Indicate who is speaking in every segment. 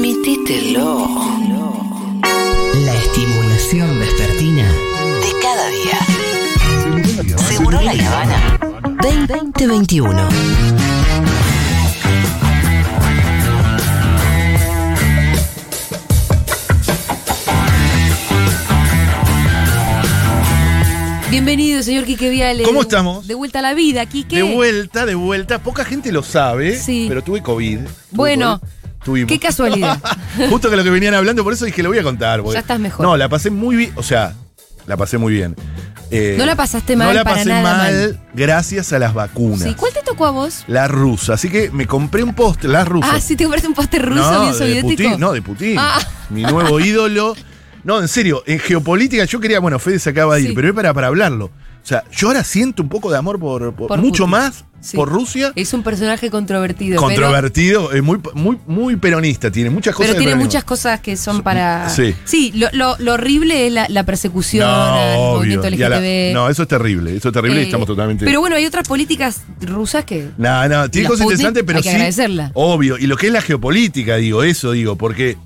Speaker 1: Permitítelo.
Speaker 2: La estimulación vespertina
Speaker 1: De cada día. Seguro la Habana 2021.
Speaker 3: Bienvenido, señor Quique Viale.
Speaker 4: ¿Cómo
Speaker 3: De-
Speaker 4: estamos?
Speaker 3: De vuelta a la vida, Quique.
Speaker 4: De vuelta, de vuelta. Poca gente lo sabe,
Speaker 3: Sí.
Speaker 4: pero tuve COVID. Tuve
Speaker 3: Bueno,
Speaker 4: COVID. Tuvimos.
Speaker 3: qué casualidad.
Speaker 4: Justo que lo que venían hablando, por eso dije, lo voy a contar. porque-
Speaker 3: Ya estás mejor.
Speaker 4: No, la pasé muy bien. O sea, la pasé muy bien. Eh,
Speaker 3: No la pasaste mal
Speaker 4: No la
Speaker 3: para
Speaker 4: pasé
Speaker 3: nada
Speaker 4: mal, gracias a las vacunas.
Speaker 3: Sí, ¿Cuál te tocó a vos?
Speaker 4: La rusa. Así que me compré un postre, la rusa.
Speaker 3: Ah, sí, te parece un poste ruso
Speaker 4: no,
Speaker 3: bien
Speaker 4: de
Speaker 3: soviético.
Speaker 4: Putin, no, de Putin.
Speaker 3: Ah.
Speaker 4: Mi nuevo ídolo. No, en serio, en geopolítica yo quería, bueno, Fede se acaba de ir,
Speaker 3: Sí.
Speaker 4: pero es para, para hablarlo. O sea, yo ahora siento un poco de amor por, por-
Speaker 3: Por
Speaker 4: mucho
Speaker 3: Putin.
Speaker 4: más
Speaker 3: Sí.
Speaker 4: por Rusia.
Speaker 3: Es un personaje controvertido.
Speaker 4: Controvertido, es muy, muy, muy peronista, tiene muchas
Speaker 3: Pero,
Speaker 4: cosas.
Speaker 3: pero
Speaker 4: de
Speaker 3: tiene
Speaker 4: peronismo.
Speaker 3: muchas cosas que son para.
Speaker 4: Sí.
Speaker 3: lo, lo- lo horrible es la, la persecución al
Speaker 4: No, obvio.
Speaker 3: movimiento
Speaker 4: Y a la-
Speaker 3: LGTB.
Speaker 4: no, eso es terrible, eso es terrible y
Speaker 3: Eh,
Speaker 4: estamos totalmente.
Speaker 3: Pero bueno, hay otras políticas rusas que.
Speaker 4: No, no, tiene
Speaker 3: La Sputnik,
Speaker 4: cosas interesantes, pero
Speaker 3: hay que
Speaker 4: sí.
Speaker 3: agradecerla.
Speaker 4: Obvio. Y lo que es la geopolítica, digo, eso digo, porque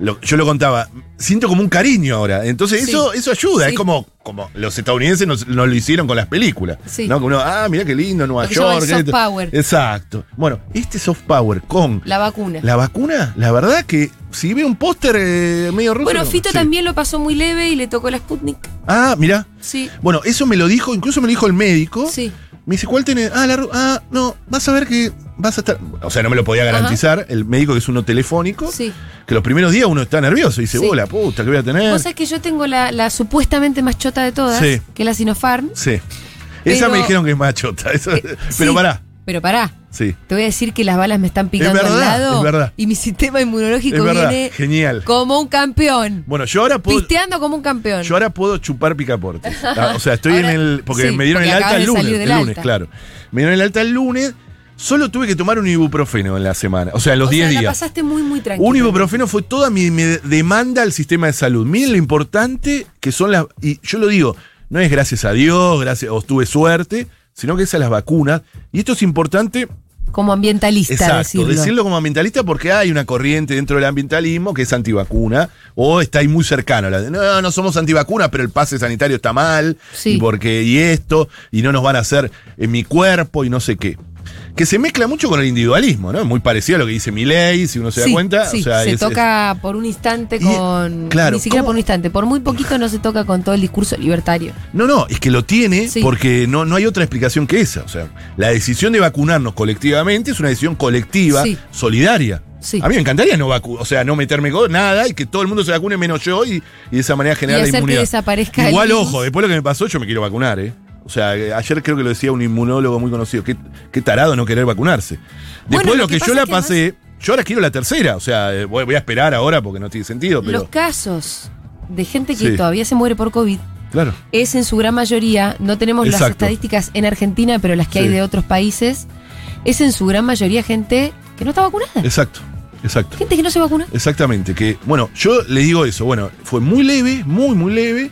Speaker 4: lo- yo lo contaba, siento como un cariño ahora. Entonces,
Speaker 3: Sí.
Speaker 4: eso, eso ayuda.
Speaker 3: Sí.
Speaker 4: Es como, como los estadounidenses nos, nos lo hicieron con las películas.
Speaker 3: Sí.
Speaker 4: ¿no? Como uno, ah, mira qué lindo, Nueva
Speaker 3: Lo que llaman
Speaker 4: York.
Speaker 3: soft
Speaker 4: esto".
Speaker 3: power.
Speaker 4: Exacto. Bueno, este soft power con
Speaker 3: La vacuna.
Speaker 4: la vacuna, la verdad que si ve un póster eh, medio ruso.
Speaker 3: bueno,
Speaker 4: no.
Speaker 3: Fito
Speaker 4: Sí.
Speaker 3: también lo pasó muy leve y le tocó la Sputnik.
Speaker 4: Ah, mira.
Speaker 3: Sí.
Speaker 4: Bueno, eso me lo dijo, incluso me lo dijo el médico.
Speaker 3: Sí.
Speaker 4: Me dice, ¿cuál tenés? Ah, la ru- ah, no, vas a ver que vas a estar. O sea, no me lo podía garantizar. El médico, que es uno telefónico,
Speaker 3: Sí.
Speaker 4: que los primeros días uno está nervioso. Dice,
Speaker 3: Sí.
Speaker 4: oh, la puta, ¿qué voy a tener?
Speaker 3: Vos sabés que yo tengo la, la supuestamente más chota de todas,
Speaker 4: Sí.
Speaker 3: que es la Sinopharm.
Speaker 4: Sí. Esa
Speaker 3: Pero-
Speaker 4: me dijeron que es machota. eso-
Speaker 3: Eh,
Speaker 4: pero
Speaker 3: sí,
Speaker 4: pará,
Speaker 3: Pero pará.
Speaker 4: sí.
Speaker 3: Te voy a decir que las balas me están picando
Speaker 4: Es verdad,
Speaker 3: al lado.
Speaker 4: es verdad.
Speaker 3: Y mi sistema
Speaker 4: Es
Speaker 3: inmunológico
Speaker 4: verdad,
Speaker 3: viene
Speaker 4: genial.
Speaker 3: como un campeón.
Speaker 4: Bueno, yo ahora puedo.
Speaker 3: Pisteando como un campeón.
Speaker 4: Yo ahora puedo chupar picaportes. Ah, O sea, estoy
Speaker 3: Ahora-
Speaker 4: en el. Porque
Speaker 3: sí,
Speaker 4: me dieron
Speaker 3: porque
Speaker 4: el alta
Speaker 3: acabas de
Speaker 4: el lunes.
Speaker 3: salir del
Speaker 4: El lunes,
Speaker 3: alta.
Speaker 4: claro. Me dieron el alta el lunes. Solo tuve que tomar un ibuprofeno en la semana. O sea, en los
Speaker 3: O sea,
Speaker 4: 10
Speaker 3: La
Speaker 4: días.
Speaker 3: pasaste muy, muy tranquilo.
Speaker 4: Un ibuprofeno fue toda mi, mi demanda al sistema de salud. Miren lo importante que son las. Y yo lo digo, no es gracias a Dios, gracias, o tuve suerte, sino que es a las vacunas. Y esto es importante,
Speaker 3: Como ambientalista,
Speaker 4: exacto,
Speaker 3: decirlo.
Speaker 4: decirlo. como ambientalista porque hay una corriente dentro del ambientalismo que es antivacuna, o está ahí muy cercano. la de, no, no somos antivacunas, pero el pase sanitario está mal,
Speaker 3: Sí.
Speaker 4: y porque, y esto, y no nos van a hacer en mi cuerpo, y no sé qué. Que se mezcla mucho con el individualismo, ¿no? Es Muy parecido a lo que dice Milei, si uno se
Speaker 3: Sí,
Speaker 4: da cuenta.
Speaker 3: sí,
Speaker 4: o sea,
Speaker 3: se
Speaker 4: es- es-
Speaker 3: toca por un instante
Speaker 4: Y-
Speaker 3: con.
Speaker 4: claro,
Speaker 3: ni siquiera
Speaker 4: ¿cómo?
Speaker 3: por un instante. Por muy poquito no se toca con todo el discurso libertario.
Speaker 4: No, no, es que lo tiene
Speaker 3: Sí.
Speaker 4: porque no, no hay otra explicación que esa. O sea, la decisión de vacunarnos colectivamente es una decisión colectiva,
Speaker 3: Sí.
Speaker 4: solidaria.
Speaker 3: Sí.
Speaker 4: A mí me encantaría no vacu- o sea, no meterme con nada y que todo el mundo se vacune menos yo y, y de esa manera generar
Speaker 3: Y
Speaker 4: la
Speaker 3: hacer que
Speaker 4: inmunidad.
Speaker 3: desaparezca el
Speaker 4: Igual,
Speaker 3: virus.
Speaker 4: ojo, después de lo que me pasó, yo me quiero vacunar, ¿eh? O sea, eh, ayer creo que lo decía un inmunólogo muy conocido. Qué, qué tarado no querer vacunarse. Después
Speaker 3: Bueno,
Speaker 4: de
Speaker 3: lo
Speaker 4: lo,
Speaker 3: que
Speaker 4: que,
Speaker 3: pasa
Speaker 4: yo la
Speaker 3: es que además-
Speaker 4: pasé, yo ahora quiero la tercera. O sea, eh, voy, voy a esperar ahora porque no tiene sentido, pero.
Speaker 3: Los casos de gente que
Speaker 4: Sí.
Speaker 3: todavía se muere por COVID
Speaker 4: Claro.
Speaker 3: es en su gran mayoría, no tenemos las
Speaker 4: Exacto.
Speaker 3: estadísticas en Argentina, pero las que
Speaker 4: Sí.
Speaker 3: hay de otros países, es en su gran mayoría gente que no está vacunada.
Speaker 4: Exacto. Exacto.
Speaker 3: Gente que no se vacuna.
Speaker 4: Exactamente, que bueno, yo le digo eso, bueno, fue muy leve, muy, muy leve.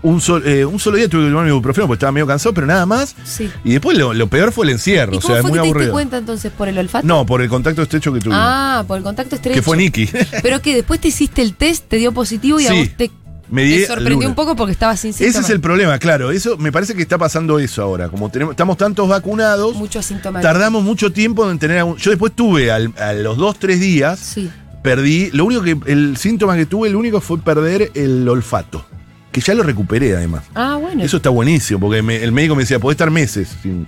Speaker 4: Un, sol- eh, un solo día tuve que tomar mi ibuprofeno porque estaba medio cansado, pero nada más.
Speaker 3: Sí.
Speaker 4: Y después lo, lo peor fue el encierro,
Speaker 3: ¿Y
Speaker 4: o
Speaker 3: cómo
Speaker 4: sea, es
Speaker 3: fue
Speaker 4: muy
Speaker 3: que te diste
Speaker 4: aburrido.
Speaker 3: cuenta entonces por el olfato?
Speaker 4: No, por el contacto estrecho que tuvimos.
Speaker 3: Ah, por el contacto estrecho.
Speaker 4: que fue Nicky.
Speaker 3: Pero que después te hiciste el test, te dio positivo y a
Speaker 4: Sí,
Speaker 3: vos te,
Speaker 4: me
Speaker 3: te
Speaker 4: di el
Speaker 3: sorprendió
Speaker 4: lunes.
Speaker 3: un poco porque estabas sin
Speaker 4: Ese
Speaker 3: síntomas.
Speaker 4: es el problema, claro. Eso me parece que está pasando eso ahora. Como tenemos, estamos tantos vacunados,
Speaker 3: Mucho asintomático.
Speaker 4: tardamos mucho tiempo en tener algún. Yo después tuve al- a los dos, tres días,
Speaker 3: Sí.
Speaker 4: Perdí, lo único que, el síntoma que tuve, el único fue perder el olfato, que ya lo recuperé además.
Speaker 3: Ah, bueno.
Speaker 4: Eso está buenísimo, porque me- el médico me decía, podés estar meses. sin-".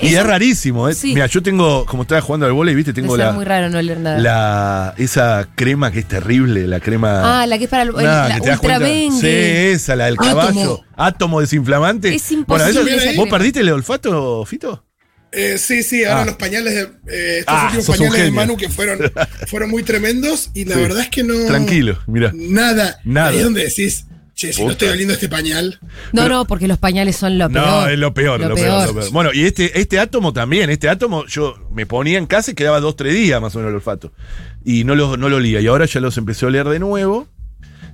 Speaker 4: Y
Speaker 3: Eso-
Speaker 4: es rarísimo, ¿eh?
Speaker 3: Sí.
Speaker 4: Mira, yo tengo, como estaba jugando al volei, viste,
Speaker 3: Debe
Speaker 4: tengo
Speaker 3: ser
Speaker 4: la,
Speaker 3: muy raro no oler nada.
Speaker 4: la- esa crema que es terrible, la crema...
Speaker 3: ah, la que es para el, el-
Speaker 4: Nada,
Speaker 3: la
Speaker 4: que te das
Speaker 3: ultra
Speaker 4: cuenta. Sí,
Speaker 3: dengue.
Speaker 4: esa, la del
Speaker 3: Átomo.
Speaker 4: caballo. Átomo desinflamante.
Speaker 3: Es imposible
Speaker 4: Bueno, eso-
Speaker 3: esa
Speaker 4: ¿Vos
Speaker 3: crema.
Speaker 4: perdiste el olfato, Fito?
Speaker 5: Eh, sí, sí, ahora
Speaker 4: Ah.
Speaker 5: los pañales de. eh, estos
Speaker 4: Ah,
Speaker 5: últimos
Speaker 4: sos un
Speaker 5: pañales de
Speaker 4: genio.
Speaker 5: Manu que fueron, fueron muy tremendos y la
Speaker 4: Sí.
Speaker 5: verdad es que no.
Speaker 4: Tranquilo, mira.
Speaker 5: Nada.
Speaker 4: Nada.
Speaker 5: Ahí es donde decís, che, si no
Speaker 4: Puta.
Speaker 5: estoy oliendo este pañal.
Speaker 3: No,
Speaker 4: Pero-
Speaker 3: no, porque los pañales son lo peor.
Speaker 4: No, es lo peor,
Speaker 3: Lo
Speaker 4: lo, peor.
Speaker 3: peor.
Speaker 4: lo peor. Bueno, y este, este átomo también, este átomo yo me ponía en casa y quedaba dos, tres días más o menos el olfato. Y no los no lo olía. Y ahora ya los empecé a oler de nuevo.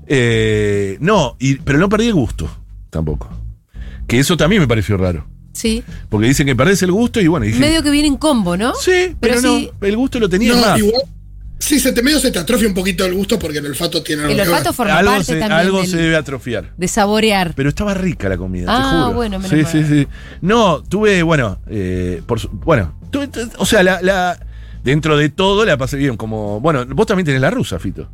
Speaker 4: Eh, no, y- pero no perdí el gusto tampoco. Que eso también me pareció raro.
Speaker 3: Sí.
Speaker 4: Porque dicen que perdés el gusto y bueno, dije.
Speaker 3: Medio que viene en combo, ¿no?
Speaker 4: Sí, pero,
Speaker 3: pero
Speaker 4: no.
Speaker 3: sí.
Speaker 4: El gusto lo tenía
Speaker 5: No,
Speaker 4: más.
Speaker 5: igual, Sí, se te medio se te atrofia un poquito el gusto porque el olfato tiene algo
Speaker 3: El
Speaker 5: que ver.
Speaker 3: olfato forma
Speaker 4: algo
Speaker 3: parte
Speaker 4: se,
Speaker 3: también
Speaker 4: algo
Speaker 3: del-
Speaker 4: se debe atrofiar.
Speaker 3: de saborear.
Speaker 4: Pero estaba rica la comida,
Speaker 3: Ah,
Speaker 4: te juro.
Speaker 3: bueno, menos
Speaker 4: sí,
Speaker 3: mal.
Speaker 4: sí, sí. No, tuve, bueno, eh, por su- bueno, tuve- tu- o sea, la, la- dentro de todo la pasé bien, como, bueno, vos también tenés la rusa, Fito.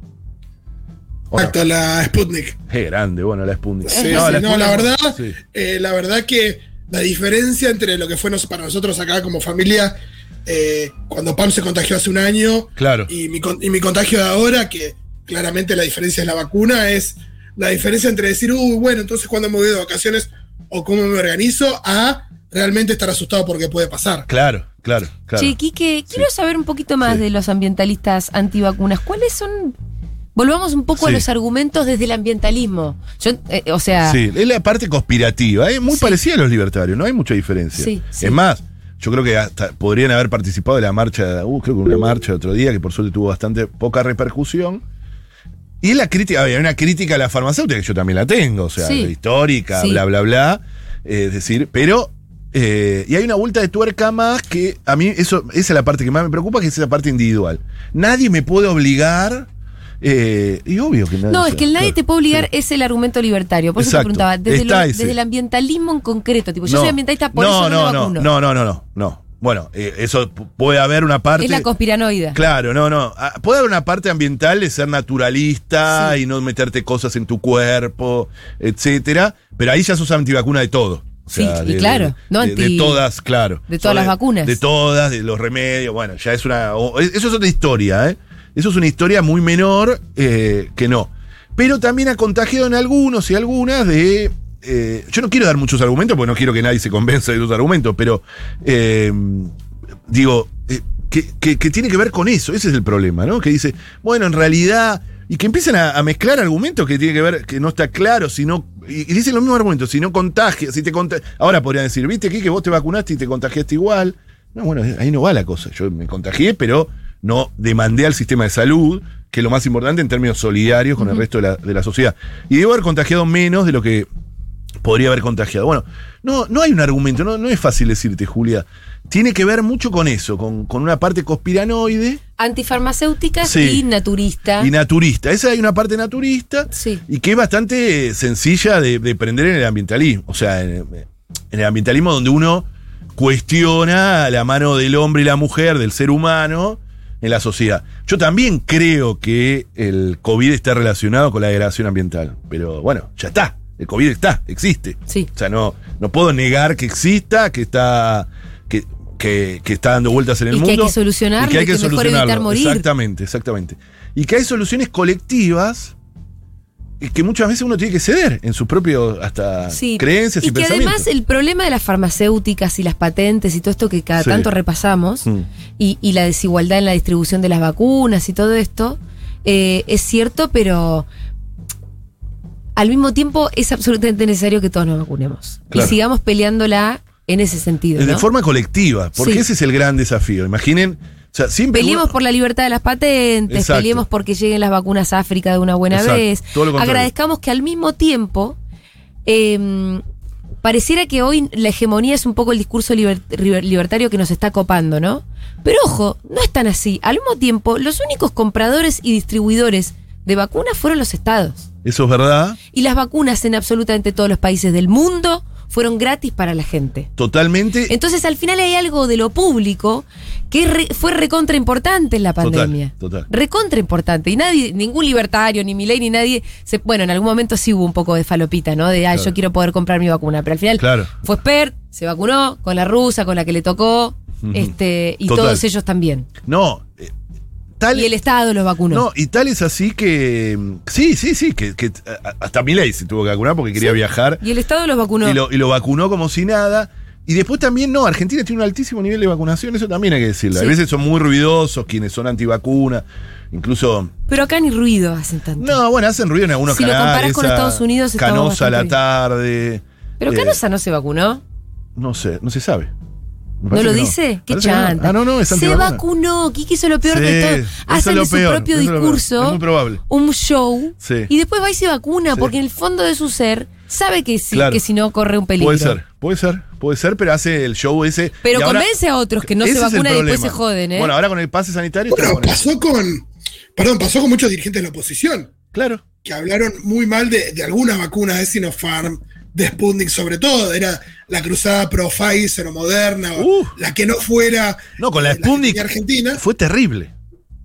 Speaker 4: ¿O no?
Speaker 5: Exacto, la Sputnik.
Speaker 4: Qué grande, bueno, la Sputnik.
Speaker 5: Sí, sí, no, la,
Speaker 4: Sputnik-
Speaker 5: verdad,
Speaker 4: sí.
Speaker 5: eh, la verdad que la diferencia entre lo que fue nos- para nosotros acá como familia, eh, cuando Pam se contagió hace un año,
Speaker 4: Claro.
Speaker 5: y mi, con- y mi contagio de ahora, que claramente la diferencia es la vacuna, es la diferencia entre decir, uy, bueno, entonces cuando me voy de vacaciones o cómo me organizo, a realmente estar asustado porque puede pasar.
Speaker 4: Claro, claro, claro.
Speaker 3: Che, Quique, quiero saber un poquito más
Speaker 4: Sí.
Speaker 3: de los ambientalistas antivacunas. ¿Cuáles son? Volvamos un poco a
Speaker 4: Sí.
Speaker 3: los argumentos desde el ambientalismo. Yo, eh, o sea,
Speaker 4: Sí, es la parte conspirativa, es muy
Speaker 3: Sí.
Speaker 4: parecida a los libertarios, no hay mucha diferencia.
Speaker 3: Sí, sí.
Speaker 4: Es más, yo creo que hasta podrían haber participado de la marcha, uh, creo que una marcha otro día, que por suerte tuvo bastante poca repercusión. Y es la crítica, había una crítica a la farmacéutica, que yo también la tengo, o sea,
Speaker 3: Sí.
Speaker 4: histórica,
Speaker 3: Sí.
Speaker 4: bla, bla, bla. Eh, es decir, pero. eh, y hay una vuelta de tuerca más que a mí, eso, esa es la parte que más me preocupa, que es esa parte individual. Nadie me puede obligar. eh, y obvio que nadie.
Speaker 3: no, es que el nadie
Speaker 4: claro,
Speaker 3: te puede obligar,
Speaker 4: sí.
Speaker 3: es el argumento libertario. Por eso te
Speaker 4: Exacto.
Speaker 3: preguntaba, desde, lo-
Speaker 4: Está ese.
Speaker 3: desde el ambientalismo en concreto, tipo, yo
Speaker 4: No.
Speaker 3: soy ambientalista, por eso no, me
Speaker 4: no,
Speaker 3: vacuno.
Speaker 4: no, no, no, no, no. Bueno, eh, eso p- puede haber una parte.
Speaker 3: es la conspiranoida.
Speaker 4: Claro, no, no. Ah, Puede haber una parte ambiental de ser naturalista
Speaker 3: Sí.
Speaker 4: y no meterte cosas en tu cuerpo, etcétera. Pero ahí ya sos antivacuna de todo. O sea,
Speaker 3: Sí, y
Speaker 4: de- de-
Speaker 3: claro, no
Speaker 4: de, de
Speaker 3: anti-
Speaker 4: todas, claro.
Speaker 3: de todas las vacunas.
Speaker 4: De todas, de los remedios. Bueno, ya es una. o- es- Eso es otra historia, ¿eh? Eso es una historia muy menor eh, que no. Pero también ha contagiado en algunos y algunas de. eh, yo no quiero dar muchos argumentos porque no quiero que nadie se convenza de los argumentos, pero. eh, digo, eh, que, que- que tiene que ver con eso, ese es el problema, ¿no? Que dice, bueno, en realidad, y que empiezan a, a mezclar argumentos que tiene que ver, que no está claro, si no, y, y dicen los mismos argumentos, si no contagia, si te contagia, ahora podrían decir, viste aquí que vos te vacunaste y te contagiaste igual, no, bueno, ahí no va la cosa, yo me contagié, pero no demandé al sistema de salud, que es lo más importante en términos solidarios con el resto de la, de la sociedad, y debo haber contagiado menos de lo que podría haber contagiado. Bueno, no, no hay un argumento, no, no es fácil decirte, Julia. Tiene que ver mucho con eso, con, con una parte conspiranoide
Speaker 3: Antifarmacéuticas
Speaker 4: Sí.
Speaker 3: y naturista.
Speaker 4: y naturista. Esa hay una parte naturista
Speaker 3: Sí.
Speaker 4: y que es bastante eh, sencilla de, de prender en el ambientalismo. O sea, en, en el ambientalismo donde uno cuestiona la mano del hombre y la mujer, del ser humano, en la sociedad. Yo también creo que el COVID está relacionado con la degradación ambiental. Pero bueno, ya está. El COVID está, existe.
Speaker 3: Sí.
Speaker 4: O sea, no, no puedo negar que exista, que está. que, que- que está dando vueltas en el
Speaker 3: Y que hay
Speaker 4: mundo.
Speaker 3: que solucionarlo,
Speaker 4: y que hay que,
Speaker 3: que mejor evitar
Speaker 4: solucionarlo.
Speaker 3: morir.
Speaker 4: Exactamente, exactamente. Y que hay soluciones colectivas y que muchas veces uno tiene que ceder en sus propios hasta
Speaker 3: Sí.
Speaker 4: creencias y,
Speaker 3: y que
Speaker 4: pensamientos.
Speaker 3: además el problema de las farmacéuticas y las patentes y todo esto que cada
Speaker 4: Sí.
Speaker 3: tanto repasamos
Speaker 4: Mm.
Speaker 3: y, y la desigualdad en la distribución de las vacunas y todo esto eh, es cierto pero al mismo tiempo es absolutamente necesario que todos nos vacunemos
Speaker 4: Claro.
Speaker 3: y sigamos peleándola en ese sentido
Speaker 4: De
Speaker 3: ¿no?
Speaker 4: forma colectiva, porque
Speaker 3: Sí.
Speaker 4: ese es el gran desafío. Imaginen, o sea, siempre.
Speaker 3: Peleemos
Speaker 4: uno-
Speaker 3: por la libertad de las patentes,
Speaker 4: Exacto.
Speaker 3: peleemos porque lleguen las vacunas a África de una buena
Speaker 4: Exacto,
Speaker 3: vez.
Speaker 4: todo lo contrario.
Speaker 3: Agradezcamos que al mismo tiempo eh, pareciera que hoy la hegemonía es un poco el discurso liber- liber- libertario que nos está copando, ¿no? Pero ojo, no es tan así. Al mismo tiempo, los únicos compradores y distribuidores de vacunas fueron los estados.
Speaker 4: Eso es verdad.
Speaker 3: Y las vacunas en absolutamente todos los países del mundo fueron gratis para la gente.
Speaker 4: Totalmente.
Speaker 3: Entonces al final hay algo de lo público que re- fue recontra importante en la
Speaker 4: Total,
Speaker 3: pandemia.
Speaker 4: total.
Speaker 3: Recontra importante. Y nadie, ningún libertario, ni Milei, ni nadie, se, bueno, en algún momento sí hubo un poco de falopita, ¿no? De, ay, yo
Speaker 4: Claclaro.
Speaker 3: quiero poder comprar mi vacuna. Pero al final
Speaker 4: Claro.
Speaker 3: fue Spert, se vacunó con la rusa, con la que le tocó, este, y
Speaker 4: Total.
Speaker 3: todos ellos también.
Speaker 4: no. eh, Tal,
Speaker 3: Y el Estado los vacunó.
Speaker 4: No, y tal es así que. mm, Sí, sí, sí, que, que, a- hasta Milei se tuvo que vacunar porque quería viajar
Speaker 3: Y el Estado los vacunó.
Speaker 4: y, lo, y lo vacunó como si nada. Y después también, no, Argentina tiene un altísimo nivel de vacunación, eso también hay que decirlo.
Speaker 3: Sí.
Speaker 4: A veces son muy ruidosos quienes son antivacunas, incluso.
Speaker 3: Pero acá ni ruido hacen tanto.
Speaker 4: No, bueno, hacen ruido en algunos
Speaker 3: Si lo
Speaker 4: canales.
Speaker 3: comparás con
Speaker 4: esa
Speaker 3: Estados Unidos, estamos
Speaker 4: Canosa a la
Speaker 3: bastante
Speaker 4: tarde.
Speaker 3: Pero
Speaker 4: eh,
Speaker 3: Canosa no se vacunó.
Speaker 4: No sé, no se sabe. Me
Speaker 3: ¿No
Speaker 4: parece
Speaker 3: lo
Speaker 4: que
Speaker 3: dice? Qué
Speaker 4: Parece que no.
Speaker 3: chanta.
Speaker 4: Ah, no, no, es
Speaker 3: Se
Speaker 4: antivacuna.
Speaker 3: vacunó. Kiki hizo lo peor
Speaker 4: Sí,
Speaker 3: de
Speaker 4: eso
Speaker 3: todo.
Speaker 4: es
Speaker 3: Hacen
Speaker 4: lo
Speaker 3: de su
Speaker 4: peor,
Speaker 3: propio
Speaker 4: eso es lo peor.
Speaker 3: discurso
Speaker 4: Es muy probable.
Speaker 3: un show
Speaker 4: Sí.
Speaker 3: y después va y se vacuna
Speaker 4: Sí.
Speaker 3: porque en el fondo de su ser sabe que sí,
Speaker 4: Claro.
Speaker 3: que si no corre un peligro.
Speaker 4: Puede ser, puede ser, puede ser, pero hace el show ese.
Speaker 3: Pero
Speaker 4: y ahora-
Speaker 3: convence a otros que no
Speaker 4: Ese
Speaker 3: se
Speaker 4: es el
Speaker 3: vacuna y después se
Speaker 4: problema.
Speaker 3: joden, ¿eh?
Speaker 4: Bueno, ahora con el pase sanitario. te
Speaker 5: Bueno,
Speaker 4: ponen-
Speaker 5: pasó con Perdón, pasó con muchos dirigentes de la oposición,
Speaker 4: Claro.
Speaker 5: que hablaron muy mal de, de algunas vacunas de Sinopharm, de Sputnik sobre todo, era la cruzada pro Pfizer o Moderna, o
Speaker 4: Uh.
Speaker 5: la que no fuera
Speaker 4: No, con
Speaker 5: eh,
Speaker 4: la
Speaker 5: que tenía
Speaker 4: Sputnik
Speaker 5: Argentina.
Speaker 4: fue terrible.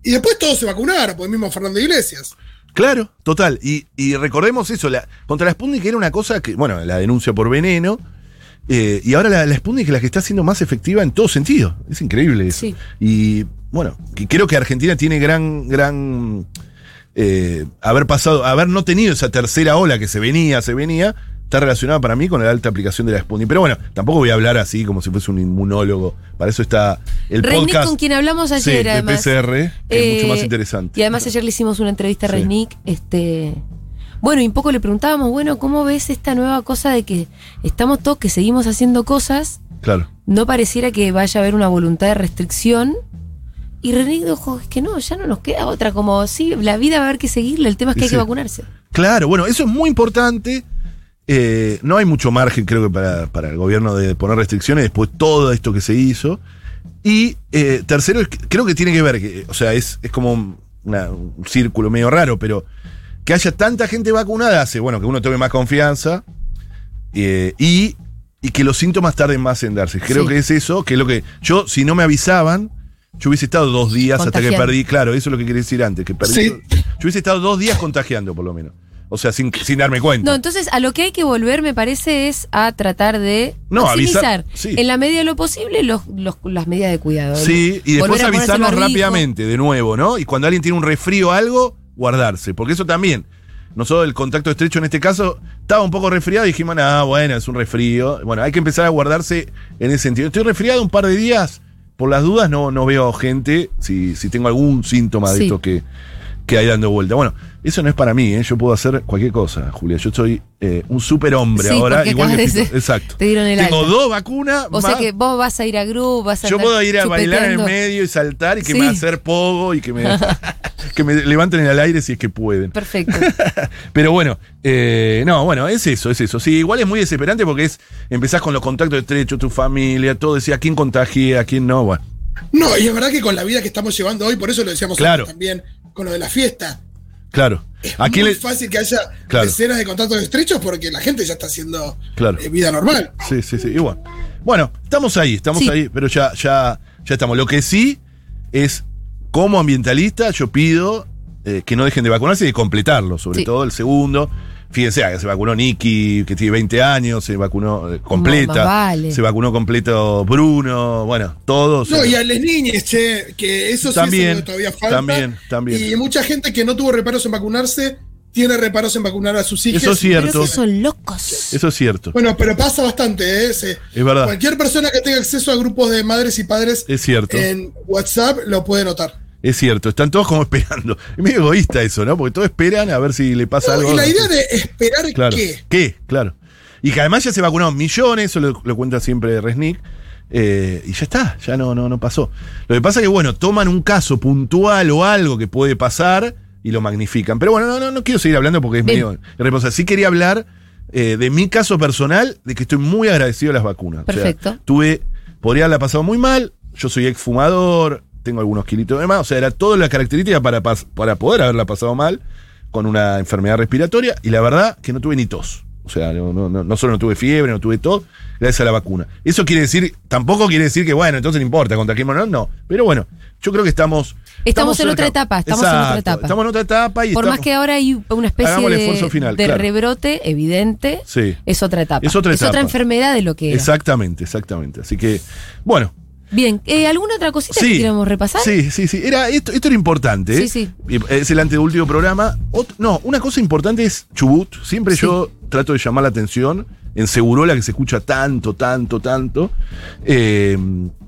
Speaker 5: Y después todos se vacunaron, por el mismo Fernando Iglesias.
Speaker 4: Claro, total. Y, y recordemos eso, la, contra la Sputnik era una cosa que, bueno, la denuncia por veneno, eh, y ahora la, la Sputnik es la que está siendo más efectiva en todo sentido. Es increíble eso.
Speaker 3: Sí.
Speaker 4: Y bueno, que creo que Argentina tiene gran, gran eh, haber pasado, haber no tenido esa tercera ola que se venía, se venía, está relacionada para mí con la alta aplicación de la Sputnik. Pero bueno, tampoco voy a hablar así como si fuese un inmunólogo. Para eso está el
Speaker 3: Resnick,
Speaker 4: podcast.
Speaker 3: con quien hablamos
Speaker 4: Sí,
Speaker 3: ayer,
Speaker 4: de
Speaker 3: además.
Speaker 4: PCR, que es
Speaker 3: Eh,
Speaker 4: mucho más interesante.
Speaker 3: Y además ayer le hicimos una entrevista a
Speaker 4: Sí.
Speaker 3: Resnick, este. Bueno, y un poco le preguntábamos, bueno, ¿cómo ves esta nueva cosa de que estamos todos que seguimos haciendo cosas?
Speaker 4: Claro.
Speaker 3: No pareciera que vaya a haber una voluntad de restricción. Y Resnick dijo, es que no, ya no nos queda otra, como sí, la vida va a haber que seguirla, el tema es que
Speaker 4: Y
Speaker 3: hay que
Speaker 4: sí.
Speaker 3: vacunarse.
Speaker 4: Claro, bueno, eso es muy importante. Eh, no hay mucho margen, creo que, para, para el gobierno de poner restricciones después de todo esto que se hizo. Y eh, tercero, es que- creo que tiene que ver, que, o sea, es, es como un, una- un círculo medio raro, pero que haya tanta gente vacunada hace, bueno, que uno tome más confianza eh, y, y que los síntomas tarden más en darse. Creo
Speaker 3: Sí.
Speaker 4: que es eso, que es lo que yo, si no me avisaban, yo hubiese estado dos días hasta que
Speaker 3: Contagiando.
Speaker 4: perdí, claro, eso es lo que quería decir antes, que perdí.
Speaker 5: Sí.
Speaker 4: Yo hubiese estado dos días contagiando, por lo menos. O sea, sin, sin darme cuenta.
Speaker 3: No, entonces a lo que hay que volver, me parece, es a tratar de
Speaker 4: No,
Speaker 3: maximizar
Speaker 4: avisar, sí.
Speaker 3: en la medida de lo posible los, los- las medidas de cuidado.
Speaker 4: Sí, y
Speaker 3: Volver
Speaker 4: después
Speaker 3: a ponerse el
Speaker 4: avisarnos
Speaker 3: barbijo.
Speaker 4: rápidamente, de nuevo, ¿no? Y cuando alguien tiene un resfrío o algo, guardarse. Porque eso también. Nosotros el contacto estrecho en este caso estaba un poco resfriado y dijimos, ah, bueno, es un resfrío. Bueno, hay que empezar a guardarse en ese sentido. Estoy resfriado un par de días. Por las dudas no, no veo gente si, si tengo algún síntoma de
Speaker 3: Sí.
Speaker 4: esto que, que hay dando vuelta. Bueno, eso no es para mí, ¿eh? yo puedo hacer cualquier cosa, Julia. Yo soy eh, un superhombre
Speaker 3: Sí,
Speaker 4: ahora.
Speaker 3: porque
Speaker 4: Igual que
Speaker 3: acabas de
Speaker 4: Fito.
Speaker 3: ser-
Speaker 4: Exacto.
Speaker 3: Te dieron el
Speaker 4: Tengo
Speaker 3: alta.
Speaker 4: dos vacunas.
Speaker 3: O sea
Speaker 4: más-
Speaker 3: que vos vas a ir a grupo, vas a
Speaker 4: yo
Speaker 3: andar
Speaker 4: puedo ir a bailar en el
Speaker 3: chupeteando.
Speaker 4: medio y saltar y que
Speaker 3: Sí.
Speaker 4: me hacer pogo y que me, que me levanten en el aire si es que pueden.
Speaker 3: Perfecto.
Speaker 4: Pero bueno, eh, no, bueno, es eso, es eso. Sí, igual es muy desesperante porque es empezás con los contactos estrechos, tu familia, todo, decía a quién contagié, a quién no, bueno.
Speaker 5: No, y es verdad que con la vida que estamos llevando hoy, por eso lo decíamos
Speaker 4: Claro.
Speaker 5: antes también con lo de la fiesta.
Speaker 4: Claro.
Speaker 5: Es
Speaker 4: ¿A quién
Speaker 5: muy
Speaker 4: le-
Speaker 5: fácil que haya
Speaker 4: Claro.
Speaker 5: decenas de contactos estrechos porque la gente ya está haciendo
Speaker 4: Claro.
Speaker 5: eh, vida normal.
Speaker 4: Sí, sí, sí. Igual. Bueno, estamos ahí, estamos
Speaker 3: Sí.
Speaker 4: ahí, pero ya, ya, ya estamos. Lo que sí es, como ambientalista, yo pido eh, que no dejen de vacunarse y de completarlo, sobre
Speaker 3: Sí.
Speaker 4: todo el segundo. Fíjense, ah, se vacunó Nicky, que tiene 20 años, se vacunó eh, completa.
Speaker 3: Más vale.
Speaker 4: Se vacunó completo Bruno, bueno, todos.
Speaker 5: No,
Speaker 4: eh,
Speaker 5: y a las niñas, che, que eso sí
Speaker 4: También,
Speaker 5: es algo que todavía falta.
Speaker 4: también, también.
Speaker 5: Y mucha gente que no tuvo reparos en vacunarse, tiene reparos en vacunar a sus hijos.
Speaker 4: Eso es
Speaker 3: Pero
Speaker 4: cierto.
Speaker 3: esos son locos.
Speaker 4: Eso es cierto.
Speaker 5: Bueno, pero pasa bastante, ¿eh? Se-
Speaker 4: Es verdad.
Speaker 5: Cualquier persona que tenga acceso a grupos de madres y padres
Speaker 4: Es cierto.
Speaker 5: en WhatsApp lo puede notar.
Speaker 4: Es cierto. Están todos como esperando. Es medio egoísta eso, ¿no? Porque todos esperan a ver si le pasa
Speaker 5: No,
Speaker 4: algo.
Speaker 5: y la idea de esperar
Speaker 4: Claro.
Speaker 5: que.
Speaker 4: Claro. Y que además ya se vacunaron millones, eso lo, lo cuenta siempre Resnick. eh, y ya está, ya no, no, no pasó. Lo que pasa es que, bueno, toman un caso puntual o algo que puede pasar y lo magnifican. Pero bueno, no, no, no quiero seguir hablando porque es
Speaker 3: Bien.
Speaker 4: medio irresponsable. Sí quería hablar eh, de mi caso personal, de que estoy muy agradecido a las vacunas. O sea,
Speaker 3: Perfecto.
Speaker 4: tuve, podría haberla pasado muy mal, yo soy exfumador, tengo algunos kilitos de más, o sea, era toda la característica para, pas- para poder haberla pasado mal con una enfermedad respiratoria y la verdad que no tuve ni tos. O sea, no, no, no- no solo no tuve fiebre, no tuve tos, gracias a la vacuna. Eso quiere decir, tampoco quiere decir que, bueno, entonces no importa, contagiémonos, no, no. Pero bueno, yo creo que estamos...
Speaker 3: Estamos en otra
Speaker 4: cerca.
Speaker 3: etapa, estamos en otra
Speaker 4: Exacto,
Speaker 3: etapa.
Speaker 4: Estamos en otra etapa y
Speaker 3: Por más
Speaker 4: estamos-
Speaker 3: que ahora hay una especie
Speaker 4: Hagamos el
Speaker 3: de,
Speaker 4: esfuerzo final,
Speaker 3: de
Speaker 4: claro.
Speaker 3: rebrote evidente,
Speaker 4: Sí.
Speaker 3: es otra etapa.
Speaker 4: Es otra etapa.
Speaker 3: enfermedad de lo que era.
Speaker 4: Exactamente, exactamente. Así que, bueno,
Speaker 3: Bien, eh, ¿alguna otra cosita que queramos repasar?
Speaker 4: Sí, sí, sí. Era, esto, esto era importante. ¿eh?
Speaker 3: Sí, sí.
Speaker 4: Y Es el anteúltimo programa. Ot- no, una cosa importante es Chubut. Siempre
Speaker 3: Sí.
Speaker 4: yo trato de llamar la atención en Segurola, que se escucha tanto, tanto, tanto. Eh,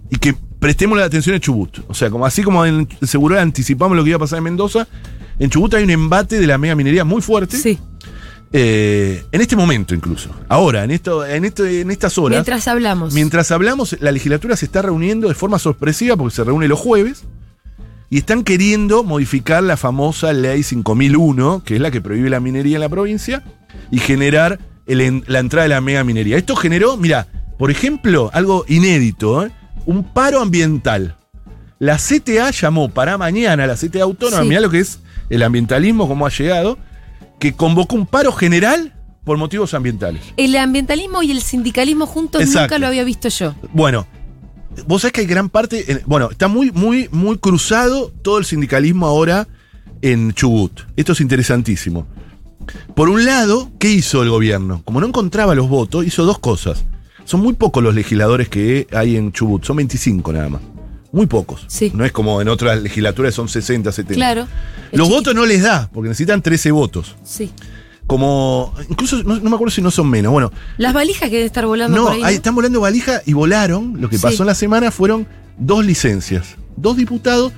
Speaker 4: y que prestemos la atención a Chubut. O sea, como así como en Segurola anticipamos lo que iba a pasar en Mendoza, en Chubut hay un embate de la mega minería muy fuerte.
Speaker 3: Sí.
Speaker 4: Eh, en este momento incluso. Ahora, en, esto, en, esto, en estas horas.
Speaker 3: Mientras hablamos.
Speaker 4: Mientras hablamos, la legislatura se está reuniendo de forma sorpresiva porque se reúne los jueves y están queriendo modificar la famosa ley 5001, que es la que prohíbe la minería en la provincia, y generar el en- la entrada de la mega minería. Esto generó, mira, por ejemplo, algo inédito, ¿eh? un paro ambiental. La CTA llamó para mañana, la CTA Autónoma,
Speaker 3: Sí.
Speaker 4: mirá lo que es el ambientalismo, cómo ha llegado, que convocó un paro general por motivos ambientales.
Speaker 3: El ambientalismo y el sindicalismo juntos
Speaker 4: Exacto.
Speaker 3: nunca lo había visto yo.
Speaker 4: Bueno, vos sabés que hay gran parte. en- bueno, está muy, muy, muy cruzado todo el sindicalismo ahora en Chubut. Esto es interesantísimo. Por un lado, ¿qué hizo el gobierno? Como no encontraba los votos, hizo dos cosas. Son muy pocos los legisladores que hay en Chubut, son 25 nada más. Muy pocos.
Speaker 3: Sí.
Speaker 4: No es como en otras legislaturas son 60, 70.
Speaker 3: Claro.
Speaker 4: Los
Speaker 3: Es
Speaker 4: votos no les da, porque necesitan 13 votos.
Speaker 3: chiqui- Sí.
Speaker 4: Como, incluso, no- no me acuerdo si no son menos. Bueno,
Speaker 3: Las valijas que deben estar volando
Speaker 4: no,
Speaker 3: por ahí.
Speaker 4: ahí
Speaker 3: ¿no?
Speaker 4: están volando valija y volaron. Lo que
Speaker 3: Sí.
Speaker 4: pasó en la semana fueron dos licencias. Dos diputados,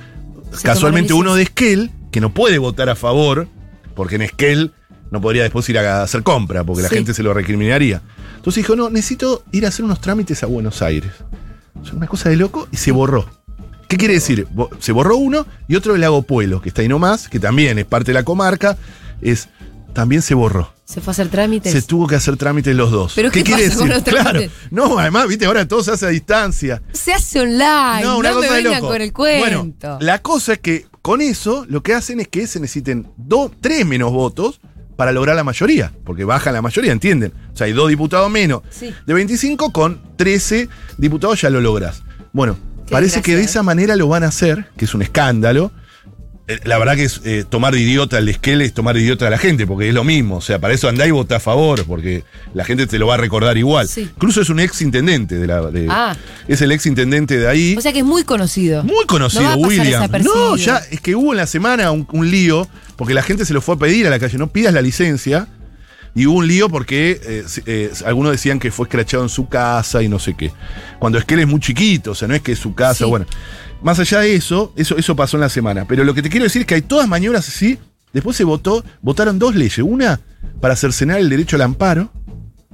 Speaker 3: Se
Speaker 4: casualmente
Speaker 3: tomaron
Speaker 4: uno de Esquel, que no puede votar a favor, porque en Esquel no podría después ir a hacer compra, porque la
Speaker 3: Sí.
Speaker 4: gente se lo recriminaría. Entonces dijo, no, necesito ir a hacer unos trámites a Buenos Aires. O sea, una cosa de loco y se borró. ¿Qué quiere decir? Bo- Se borró uno y otro el Lago Puelo, que está ahí nomás, que también es parte de la comarca, es, también se borró.
Speaker 3: Se fue a hacer trámites.
Speaker 4: Se tuvo que hacer trámites los dos.
Speaker 3: ¿Pero qué pasa con los
Speaker 4: claro.
Speaker 3: trámites?
Speaker 4: No, además, viste, ahora todo se hace a distancia.
Speaker 3: Se hace online. No, me vengan con el
Speaker 4: Bueno,
Speaker 3: cuento.
Speaker 4: la cosa es que con eso lo que hacen es que se necesiten dos, tres menos votos para lograr la mayoría, porque baja la mayoría, ¿entienden? O sea, hay dos diputados menos.
Speaker 3: Sí.
Speaker 4: De 25 con 13 diputados ya lo logras. Bueno,
Speaker 3: Qué
Speaker 4: parece que de
Speaker 3: desgracia,
Speaker 4: esa manera lo van a hacer, que es un escándalo. Eh, La verdad que es eh, tomar de idiota al esquel es tomar de idiota a la gente, porque es lo mismo. O sea, para eso andá y vota a favor, porque la gente te lo va a recordar igual.
Speaker 3: Sí.
Speaker 4: Incluso es un ex intendente de la. de-
Speaker 3: Ah.
Speaker 4: Es el ex intendente de ahí.
Speaker 3: O sea que es muy conocido.
Speaker 4: Muy conocido,
Speaker 3: No va a pasar
Speaker 4: William.
Speaker 3: desapercibido.
Speaker 4: No, ya es que hubo en la semana un, un lío, porque la gente se lo fue a pedir a la calle, no pidas la licencia. Y hubo un lío porque eh, si- eh, algunos decían que fue escrachado en su casa y no sé qué. Cuando es que él es muy chiquito, o sea, no es que es su
Speaker 3: Sí.
Speaker 4: casa, bueno. Más allá de eso, eso, eso pasó en la semana. Pero lo que te quiero decir es que hay todas maniobras así. Después se votó, votaron dos leyes. Una para cercenar el derecho al amparo.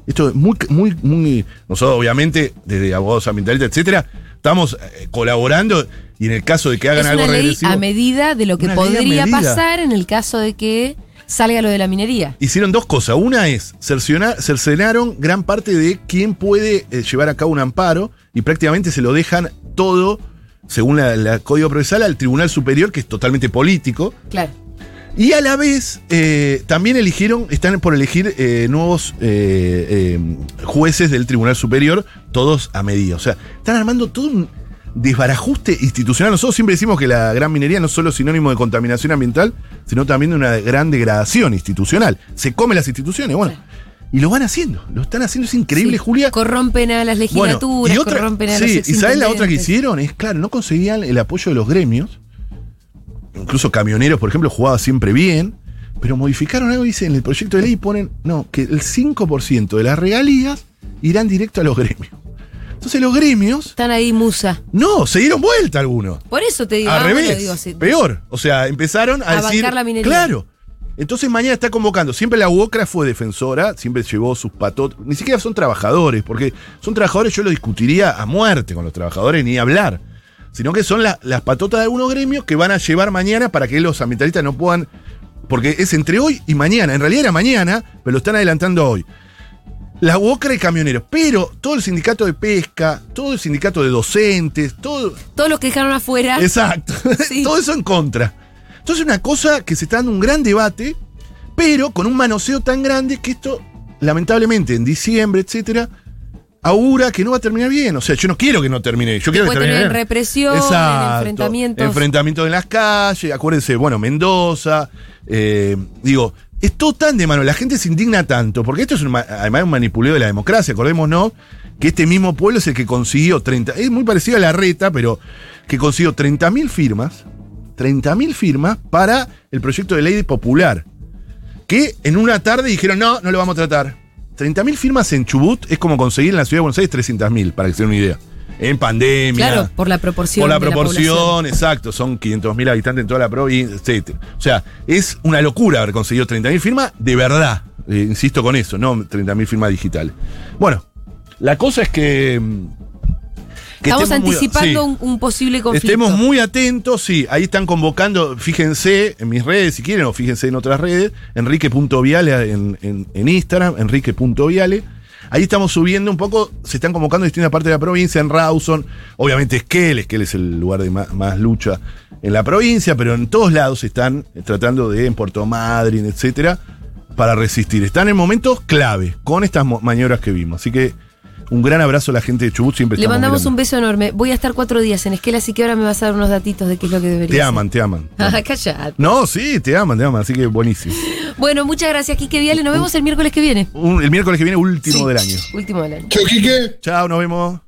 Speaker 4: Esto es muy, muy, muy. Nosotros, obviamente, desde abogados ambientalistas, etcétera, estamos eh, colaborando y en el caso de que hagan
Speaker 3: es
Speaker 4: algo
Speaker 3: una ley
Speaker 4: regresivo.
Speaker 3: a medida de lo que
Speaker 4: Una ley a
Speaker 3: podría
Speaker 4: medida.
Speaker 3: pasar en el caso de que salga lo de la minería.
Speaker 4: Hicieron dos cosas. Una es cercionar, cercenaron gran parte de quién puede eh, llevar a cabo un amparo y prácticamente se lo dejan todo, según la, la Código Procesal, al Tribunal Superior, que es totalmente político.
Speaker 3: Claro.
Speaker 4: Y a la vez eh, también eligieron, están por elegir eh, nuevos eh, eh, jueces del Tribunal Superior, todos a medida. O sea, están armando todo un desbarajuste institucional. Nosotros siempre decimos que la gran minería no es solo sinónimo de contaminación ambiental, sino también de una gran degradación institucional. Se come las instituciones, bueno. Y lo van haciendo, lo están haciendo, es
Speaker 3: Sí.
Speaker 4: increíble, Julia.
Speaker 3: Corrompen a las
Speaker 4: Bueno,
Speaker 3: legislaturas,
Speaker 4: y otra,
Speaker 3: corrompen a los
Speaker 4: sí, y sabes la otra que
Speaker 3: exintendentes.
Speaker 4: hicieron es claro, no conseguían el apoyo de los gremios. Incluso camioneros, por ejemplo, jugaba siempre bien, pero modificaron algo y dicen, en el proyecto de ley ponen, no, que el 5% de las regalías irán directo a los gremios. Entonces los gremios,
Speaker 3: Están ahí musa.
Speaker 4: no, se dieron vuelta algunos.
Speaker 3: Por eso te digo.
Speaker 4: Al
Speaker 3: ah, bueno,
Speaker 4: revés.
Speaker 3: digo, sí.
Speaker 4: Peor. O sea, empezaron a,
Speaker 3: A
Speaker 4: decir.
Speaker 3: bancar la minería.
Speaker 4: Claro. Entonces mañana está convocando. Siempre la UOCRA fue defensora, siempre llevó sus patotas. Ni siquiera son trabajadores, porque son trabajadores, yo lo discutiría a muerte con los trabajadores, ni hablar. Sino que son la- las patotas de algunos gremios que van a llevar mañana para que los ambientalistas no puedan. Porque es entre hoy y mañana. En realidad era mañana, pero lo están adelantando a hoy. La UOCRA y camioneros. Pero todo el sindicato de pesca, todo el sindicato de docentes, todo.
Speaker 3: Todos los que dejaron afuera.
Speaker 4: Exacto.
Speaker 3: Sí.
Speaker 4: Todo eso en contra. Entonces una cosa que se está dando un gran debate, pero con un manoseo tan grande que esto, lamentablemente, en diciembre, etcétera, augura que no va a terminar bien. O sea, yo no quiero que no termine. Yo quiero que
Speaker 3: puede
Speaker 4: termine
Speaker 3: tener
Speaker 4: bien.
Speaker 3: represión, en enfrentamientos.
Speaker 4: Enfrentamientos en las calles. Acuérdense, bueno, Mendoza. eh, digo, es todo tan de mano. La gente se indigna tanto. Porque esto es un ma- además un manipuleo de la democracia. Acordémonos que este mismo pueblo es el que consiguió 30. Es muy parecido a la reta, pero que consiguió 30.000 firmas. 30.000 firmas para el proyecto de ley popular. Que en una tarde dijeron, no, no lo vamos a tratar. 30.000 firmas en Chubut es como conseguir en la ciudad de Buenos Aires 300.000, para que se den una idea. En pandemia.
Speaker 3: Claro, por la proporción.
Speaker 4: Por la
Speaker 3: de población.
Speaker 4: proporción, exacto, son 500.000 habitantes en toda la provincia, etcétera. O sea, es una locura haber conseguido 30.000 firmas de verdad. Eh, insisto con eso, no 30.000 firmas digitales. Bueno, la cosa es que. mm, que
Speaker 3: Estamos
Speaker 4: estemos muy-
Speaker 3: anticipando
Speaker 4: sí.
Speaker 3: un, un posible conflicto.
Speaker 4: Estemos muy atentos, sí, ahí están convocando, fíjense en mis redes si quieren o fíjense en otras redes, enrique.viale en, en, en Instagram, enrique.viale. Ahí estamos subiendo un poco, se están convocando distintas partes de la provincia, en Rawson, obviamente Esquel, Esquel es el lugar de más, más lucha en la provincia, pero en todos lados se están tratando de, en Puerto Madryn, etcétera, para resistir. Están en momentos clave con estas mo- maniobras que vimos. Así que un gran abrazo a la gente de Chubut, siempre
Speaker 3: Le
Speaker 4: estamos
Speaker 3: mandamos
Speaker 4: mirando.
Speaker 3: un beso enorme. Voy a estar cuatro días en Esquela, así que ahora me vas a dar unos datitos de qué es lo que debería
Speaker 4: Te
Speaker 3: hacer.
Speaker 4: aman, te aman.
Speaker 3: Ah, callate.
Speaker 4: No, sí, te aman, te aman, así que buenísimo.
Speaker 3: Bueno, muchas gracias, Quique
Speaker 4: Uh,
Speaker 3: Viale. Nos vemos el miércoles que viene.
Speaker 4: Un- el miércoles que viene, último del año.
Speaker 3: Último del año.
Speaker 5: Chau, Quique.
Speaker 4: Chao, nos vemos.